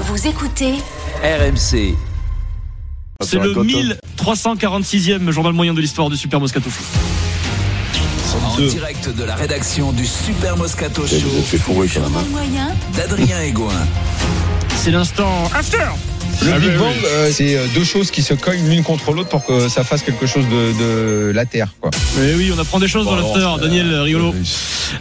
Vous écoutez RMC. Ah, C'est le 1346e journal moyen de l'histoire du Super Moscato Show. En Deux. direct de la rédaction du Super Moscato Show vous êtes fait fourrer quand même. Journal moyen d'Adrien Egoin. C'est l'instant after. Le Ah Big oui, Bang, euh, c'est euh, deux choses qui se cognent l'une contre l'autre pour que ça fasse quelque chose de, de la Terre. Quoi. Mais Eh oui, on apprend des choses Bon, dans alors, l'after, euh, Daniel Rigolo.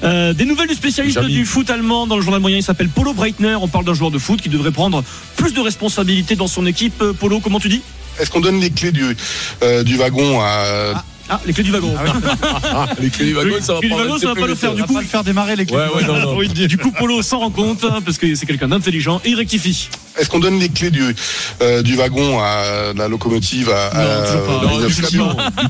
Euh, des nouvelles du spécialiste Jamy. du foot allemand dans le journal moyen, il s'appelle Polo Breitner. On parle d'un joueur de foot qui devrait prendre plus de responsabilités dans son équipe. Euh, Polo, comment tu dis Est-ce qu'on donne les clés du, euh, du wagon à. Ah, les clés du wagon. Ah, Les clés du Les wagon, ça va clés du wagon, ça va pas le faire. Du coup, faire démarrer les Ouais, ouais, non, non. Oui, du coup, Polo s'en rend compte hein, parce que c'est quelqu'un d'intelligent et il rectifie. Est-ce qu'on donne les clés du, euh, du wagon à la locomotive à. à- toujours à- pas. Non, Euh, du du camion. camion. Du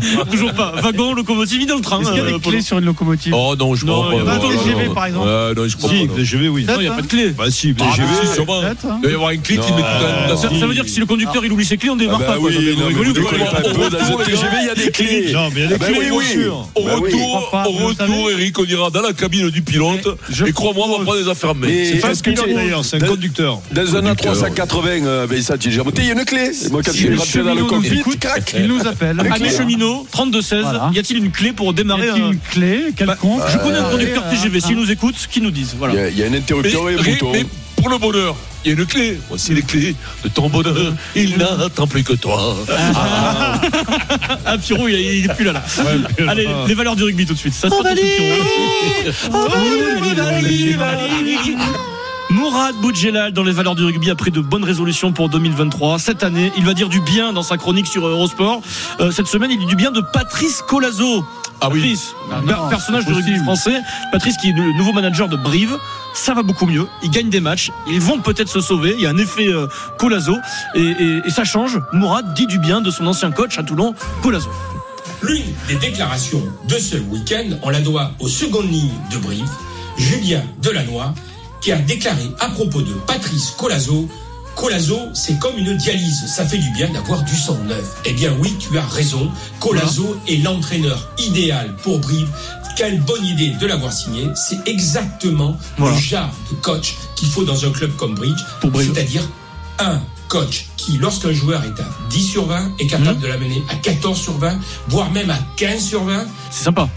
camion. Toujours pas. Wagon, locomotive, il est dans le train. Est-ce qu'il y a euh, des Polo. clés sur une locomotive Oh non, je Non, crois il y a pas. pas non, de non, TGV, non. par exemple. Ouais, non, je crois Si, pas. non. TGV, oui. Non, il n'y a pas de clé. Bah si, mais Ah, TGV, bah, sûrement. peut-être, hein. Euh, Il doit y avoir une clé qui met tout dans- dans Ça, sa ça veut dire que Euh, si le conducteur il oublie ses clés, on Ah démarre bah pas. quoi. Non, mais oui, vous non, mais rigolez vous ou quoi, les déconnez gars pas. Au- dans un TGV, il y a des clés. Non, mais il y a Ah des bah clés, oui, bien oui. sûr. Au Bah oui. retour, Papa, au vous le retour, savez. Eric, on ira dans la cabine du pilote. Je Et crois-moi, on va prendre des affaires en main. Mais C'est pas un est-ce que pilote tu- d'ailleurs, c'est un dans- conducteur. Dans un A380, euh, avec ça, tu dis, il y a une clé. Et moi, quand Si je suis le rentré dans le cheminot nous cockpit, écoute, crac. Il nous appelle. Ami cheminot, 32-16, Voilà. y a-t-il une clé pour Y démarrer a-t-il un... une clé quelconque Je connais un conducteur Euh, TGV, s'ils nous écoutent, qu'ils nous disent. Il y Voilà. a- il y a un Mais, interrupteur et un mais- bouton. mais pour le bonheur, il y a une clé. Voici les clés de ton bonheur. Il n'attend plus que toi. Ah, Pierrot, il, il est plus là. là. Allez, les valeurs du rugby tout de suite. Ça se passe tout de suite, Pierrot. Mourad Boudjelal dans les valeurs du rugby a pris de bonnes résolutions pour 2023. Cette année, il va dire du bien dans sa chronique sur Eurosport. Euh, cette semaine, il dit du bien de Patrice Colazo. Ah oui. Patrice, Ah non, per- personnage c'est de rugby possible. français. Patrice qui est le nouveau manager de Brive. Ça va beaucoup mieux. Ils gagnent des matchs. Ils vont peut-être se sauver. Il y a un effet euh, Colazo. Et, et- et ça change. Mourad dit du bien de son ancien coach à Toulon, Colazo. L'une des déclarations de ce week-end, on la doit aux secondes lignes de Brive, Julien Delannoy, qui a déclaré à propos de Patrice Colazo Colazo, c'est comme une dialyse, ça fait du bien d'avoir du sang neuf. Eh bien oui, tu as raison, Colazo est l'entraîneur idéal pour Brive. Quelle bonne idée de l'avoir signé, c'est exactement Voilà. le genre de coach qu'il faut dans un club comme Bridge, Pour Brive. c'est-à-dire un coach qui, lorsqu'un joueur est à 10 sur 20, est capable de l'amener à 14 sur 20, voire même à 15 sur 20. C'est sympa.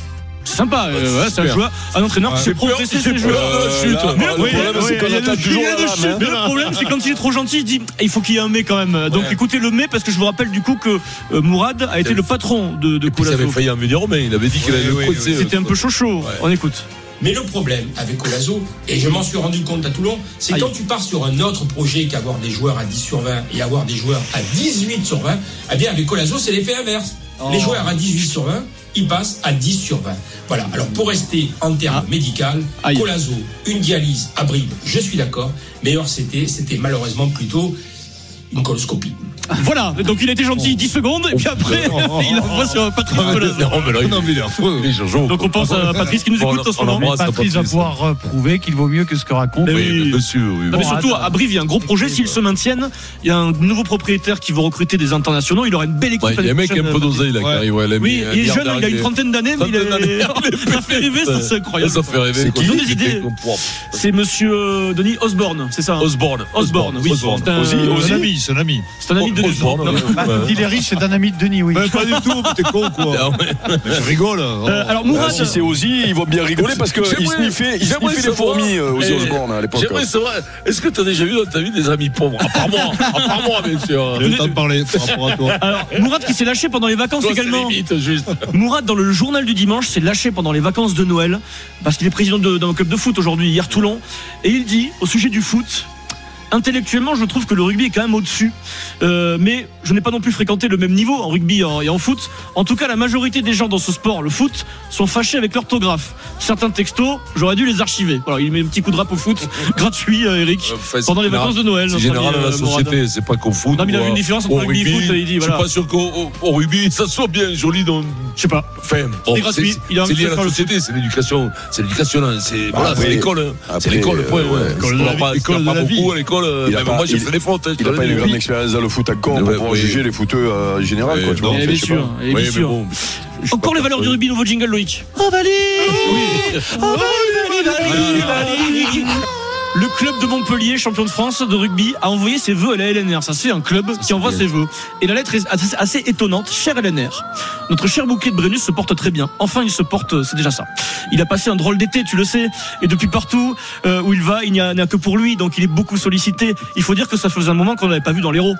C'est sympa, euh, ouais, c'est un Ah, super. Ah, joueur, un entraîneur qui fait progresser ses peur joueurs. de la chute. là, Mais le là, problème, là, c'est oui, qu'on il y a attaque le chute, il toujours la y a le lame, hein. Mais le problème, c'est quand il est trop gentil, il dit il faut qu'il y ait un mais quand même. Donc Ouais. écoutez le mais parce que je vous rappelle du coup que euh, Mourad a été le patron de, de Il avait Colasso. failli en venir mais il avait dit qu'il Oui, allait le oui, euh. coincer. C'était un peu chaud chaud. On écoute. Mais le problème avec Colazo, et je m'en suis rendu compte à Toulon, c'est Aïe. quand tu pars sur un autre projet qu'avoir des joueurs à 10 sur 20 et avoir des joueurs à 18 sur 20, eh bien avec Colazo, c'est l'effet inverse. Les joueurs à 18 sur 20, ils passent à 10 sur 20. Voilà, alors pour rester en termes médical, Aïe. Colazo, une dialyse à Brive, je suis d'accord, mais hors c'était, c'était malheureusement plutôt une coloscopie. Voilà, donc il a été gentil 10 secondes et puis Oh, après il envoie sur Patrice Colasso. Non, mais là, il- mais il est affreux. les gens- Donc on pense à Patrice qui nous On écoute en ce on moment. l'embrasse, Patrice va Patrice. pouvoir euh, prouver qu'il vaut mieux que ce que raconte. Mais Oui, oui. mais monsieur, oui. Non, mais bon. surtout, à Brive, il y a un gros projet. S'ils se maintiennent, il y a un nouveau propriétaire qui va recruter des internationaux. Il aura une belle équipe. Ouais, Il y a un l'année mec qui a un peu prochaine, d'oseille, là, qui Ouais. arrive. ouais, l'ami, Oui, euh, il est Pierre jeune, il a une Berger. trentaine d'années, mais il Trentaine est... d'années. ça fait rêver, ça, c'est incroyable. Ça fait rêver. C'est quoi. qui Ils ont Des idées. C'est monsieur euh, Denis Osborne, c'est ça hein Osborne. Osborne, oui. Osborne. C'est un, Ozzy, Ozzy. C'est un ami, c'est un ami. c'est un ami de Denis Osborne, Osborne. ouais. Bah, Il est riche, c'est un ami de Denis, oui. Mais pas du tout, t'es con, quoi. Ah ouais. Je rigole. Euh, alors Ah, Mourad, si c'est Ozzy, ils vont bien rigoler parce qu'ils J'aimerais- sniffaient, ils j'aimerais sniffaient les savoir- fourmis euh, Ozzy Eh, Osbourne à l'époque. hein. J'aimerais savoir, est-ce que t'as déjà vu dans ta vie des amis pauvres À part moi, à part moi, bien sûr. le temps de parler par rapport à toi. alors Mourad qui s'est lâché pendant les vacances Toi, c'est également. limite, juste. Mourad dans le journal du dimanche s'est lâché pendant les vacances de Noël parce qu'il est président de- d'un club de foot aujourd'hui hier Toulon et il dit au sujet du foot Intellectuellement, je trouve que le rugby est quand même au-dessus. Euh, mais je n'ai pas non plus fréquenté le même niveau en rugby et en- et en foot. En tout cas, la majorité des gens dans ce sport, le foot, sont fâchés avec l'orthographe. Certains textos, j'aurais dû les archiver. Voilà, il met un petit coup de rap au foot, gratuit, euh, Eric, Euh, enfin, c'est pendant les général- vacances de Noël. C'est notre ami, général à la euh, Morad. société, c'est pas qu'au foot. Non, mais il a ou vu une à- différence entre au rugby et foot, il dit, Je voilà. suis pas sûr qu'au au- au rugby, ça soit bien joli dans. Je sais pas. Enfin, bon, C'est gratuit, il a envie c'est de lié à faire la le société, c'est l'éducation, c'est l'éducation, hein, Bah, c'est voilà, c'est après- l'école, hein. c'est après, l'école, point. euh, ouais. ouais. L'école de la vie, l'école de la vie. à l'école, euh, Il a même pas- moi j'ai il- fait des fautes. hein, je Il te n'a pas le une dis. grande expérience dans le foot à Caen Ouais, pour pouvoir oui. juger les footeux euh, en général. Ouais, quoi, tu non, vois, Eh enfin, bien je sais sûr, pas. eh bien Oui, mais sûr. bon, je suis Encore pas les valeurs du persuadé. rugby, nouveau jingle Loïc. Le club de Montpellier, champion de France de rugby, a envoyé ses vœux à la LNR. Ça, c'est un club Ah, qui envoie ses vœux. Et la lettre est assez, assez étonnante. Cher LNR, notre cher bouquet de Brennus se porte très bien. Enfin, il se porte, c'est déjà ça. Il a passé un drôle d'été, tu le sais. Et depuis partout euh, où il va, il n'y a, n'y a que pour lui. Donc, il est beaucoup sollicité. Il faut dire que ça faisait un moment qu'on n'avait pas vu dans l'héros.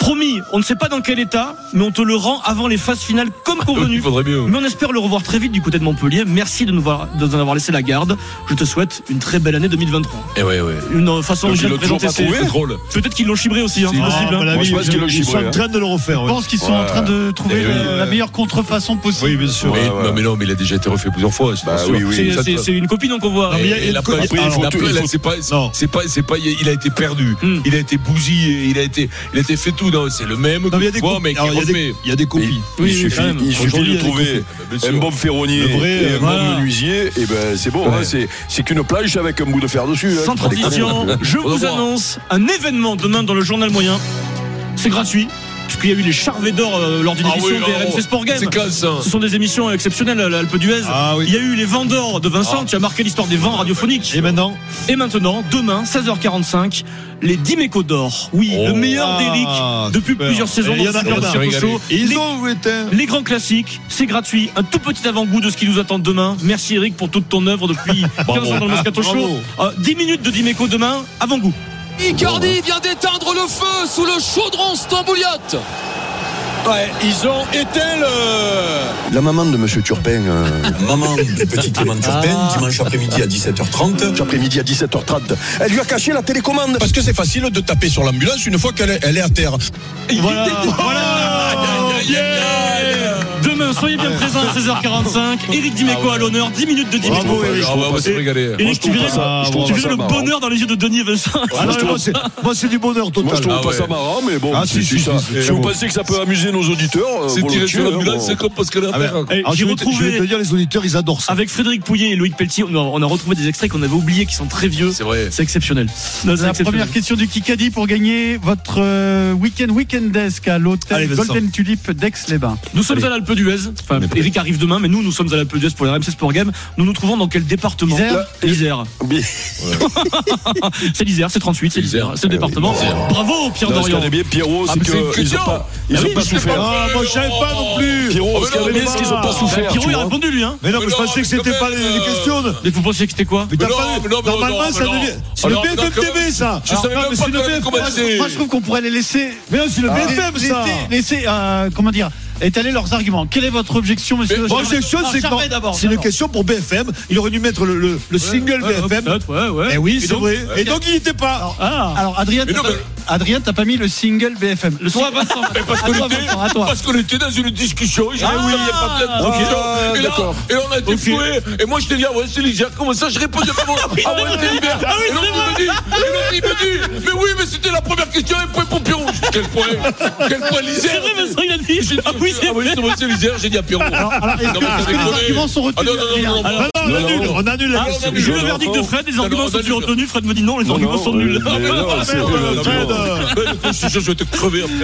Promis, on ne sait pas dans quel état, mais on te le rend avant les phases finales comme Il convenu. faudrait mieux. Mais on espère le revoir très vite du côté de Montpellier. Merci de nous, voir- de nous en avoir laissé la garde. Je te souhaite une très belle année 2023. Et ouais, ouais. Une euh, façon Donc, bien ils de l'ont toujours présenter. pas trouvé. ses- C'est drôle. Peut-être qu'ils l'ont chibré aussi. hein, c'est possible, hein. Moi, je pense qu'il le Ils sont chibre, en hein. train de le refaire. Je ouais. pense qu'ils sont en train de trouver Eh oui. la, la meilleure contrefaçon possible. Oui, bien sûr. Mais- Ouais, ouais. Non, mais non, mais il a déjà été refait plusieurs fois. c'est Bah sûr. oui, oui. ça C'est- te C'est va. c'est une copine qu'on voit. Non, mais il y a- Et la la preuve, preuve- après, il faut la tout- preuve, il là, faut- c'est pas, c'est- Non. c'est pas, c'est pas, il a été perdu, Hmm. il a été bousillé, il a été, il a été fait tout. Non, c'est le même. Non, mais il y a des qu'on voit, copies. mais qui Alors, il y a des- refait. Il y a des copies. Oui, Il oui, suffit, quand même. il suffit Aujourd'hui, de il y a des trouver un Bien sûr. bon ferronnier Le vrai, et un euh, bon voilà. menuisier, et ben c'est bon, Ouais. hein, c'est c'est qu'une plage avec un bout de fer dessus. hein, Sans tu vas déconner. transition, je Faudra vous voir. annonce un événement demain dans le journal moyen. C'est gratuit, puisqu'il y a eu les charvets d'or euh, lors d'une Ah émission oui, des ah, RMC Sport Game. C'est classe, hein. ça. Ce sont des émissions exceptionnelles, l'Alpe d'Huez. Ah oui. Il y a eu les vents d'or de Vincent, Ah. qui a marqué l'histoire des vents radiophoniques. Et maintenant, Et maintenant, demain, 16h45, les 10 mécos d'or. Oui, Oh. le meilleur d'Eric Ah, depuis super. plusieurs saisons. Et il y en a dans plein ce d'autres. Circo Show. ils Les- ont été. Les grands classiques, c'est gratuit. Un tout petit avant-goût de ce qui nous attend demain. Merci Eric pour toute ton œuvre depuis 15 ans dans le Moscato Show. Euh, 10 minutes de 10 mécos demain, avant-goût. Icardi vient d'éteindre le feu sous le chaudron stambouliote. Ouais, ils ont éteint le. La maman de Monsieur Turpin, euh, Maman du petit Clément Ah. Turpin, dimanche après-midi à 17h30. cet après-midi à 17h30, elle lui a caché la télécommande. Parce que c'est facile de taper sur l'ambulance une fois qu'elle est, elle est à terre. Voilà, voilà. Yeah. Demain, soyez Ah, bien présents à 16h45. Eric Dimeco à l'honneur, 10 minutes de 10 Bravo, mécos. Eric. Ah ouais, on va se régaler. Eric, tu verrais, ça- tu je trouve verrais ça le marrant. bonheur dans les yeux de Denis et Vincent. Ah non, mais moi, c'est- moi, c'est du bonheur total. Moi je trouve Ah pas ouais. ça marrant, mais bon, Ah, si, si, si, si, ça. si, Si, si, vous bon. pensez que ça peut amuser nos auditeurs, euh, C'est volontiers, tiré sur hein, l'ambulance, bon. c'est comme parce qu'elle est à Ah ben, terre. Eh, alors, j'ai je, vais te, retrouvé- je vais te dire, les auditeurs, ils adorent ça. Avec Frédéric Pouillet et Loïc Pelletier, on a- on a retrouvé des extraits qu'on avait oubliés qui sont très vieux. C'est vrai. C'est exceptionnel. Non, c'est La exceptionnel. première question du Kikadi pour gagner votre euh, week-end weekend desk à Allez, l'hôtel Vincent. Golden Tulip d'Aix-les-Bains. Nous sommes à l'Alpe d'Huez. Enfin, Eric arrive demain, mais nous, nous sommes à l'Alpe d'Huez pour la RMC Sport Game. Nous nous trouvons dans quel département Isère L'Isère. Bien. c'est l'Isère, c'est 38, c'est l'Isère, l'Isère. c'est le département. Bravo, Pierre Non, ce Dorian. qu'on est bien, Pierrot, Ah, c'est mais c'est une qu'ils question. n'ont pas, Ah ils oui, ont pas je sais souffert. Ah, moi, je savais pas non plus. Pierrot, mais ce qu'on non, est bien, mais c'est qu'ils n'ont pas non. souffert. Pierrot, tu il a vois. répondu, lui. Hein. Mais non, Mais mais je non, pensais que mais c'était quand pas même, les les euh, questions. Mais vous pensez que c'était quoi Mais t'as non, pas mais non, mais Normalement, non, ça mais non. devient. C'est Alors, le non, quand même. BFM TV, ça. Je savais Non, même mais pas c'est le quand même comment BFM. c'est. Moi, je trouve qu'on pourrait les laisser. Mais non, c'est le les- BFM, Ah, ça. laisser, laisser, euh, comment dire, étaler leurs arguments. Quelle est votre objection, monsieur Mais le Moi, Charvet je sais, Alors, c'est que- Charvet d'abord. c'est une d'abord. question pour BFM. Il aurait dû mettre le, le- le single BFM. Ouais, ouais. Eh oui, c'est donc- vrai. Et donc, il n'y était pas. Alors, Ah. alors, Adrien, Mais t'as non, pas- Adrien, t'as pas mis le single BFM. Le Toi, Vincent. Parce À qu'on toi, était, Vincent, à toi. parce qu'on était dans une discussion. Et j'ai dit, il y a pas peut-être de ok. question. Ah, et, là, d'accord. et on a été Ok. foué. Et moi, je t'ai dit, ah ouais, c'est l'hiver. Comment ça, je réponds de pas bon. Ah ouais, c'est l'hiver. et l'autre il me dit, et l'autre, il me dit, mais oui, mais c'était la première question. Et point pour Pierrot. Je dis, Quel point Quel point C'est l'hiver vrai, Vincent, il a dit. Ah oui, c'est Ah oui, vrai. c'est bon, c'est l'hiver. J'ai dit à Pierrot. Alors, est-ce Non, que, mais est-ce que t'as les rigolé. arguments sont Ah retenus non, non, non, Adrien non, non. Ah non, on annule. On annule la Ah, question. J'ai le verdict de Fred, les arguments sont plus retenus. Fred me dit non, les Non, arguments non, sont euh, nuls. Ah, mais non, c'est- Fred, euh, Ouais, Je te jure, je vais te crever après.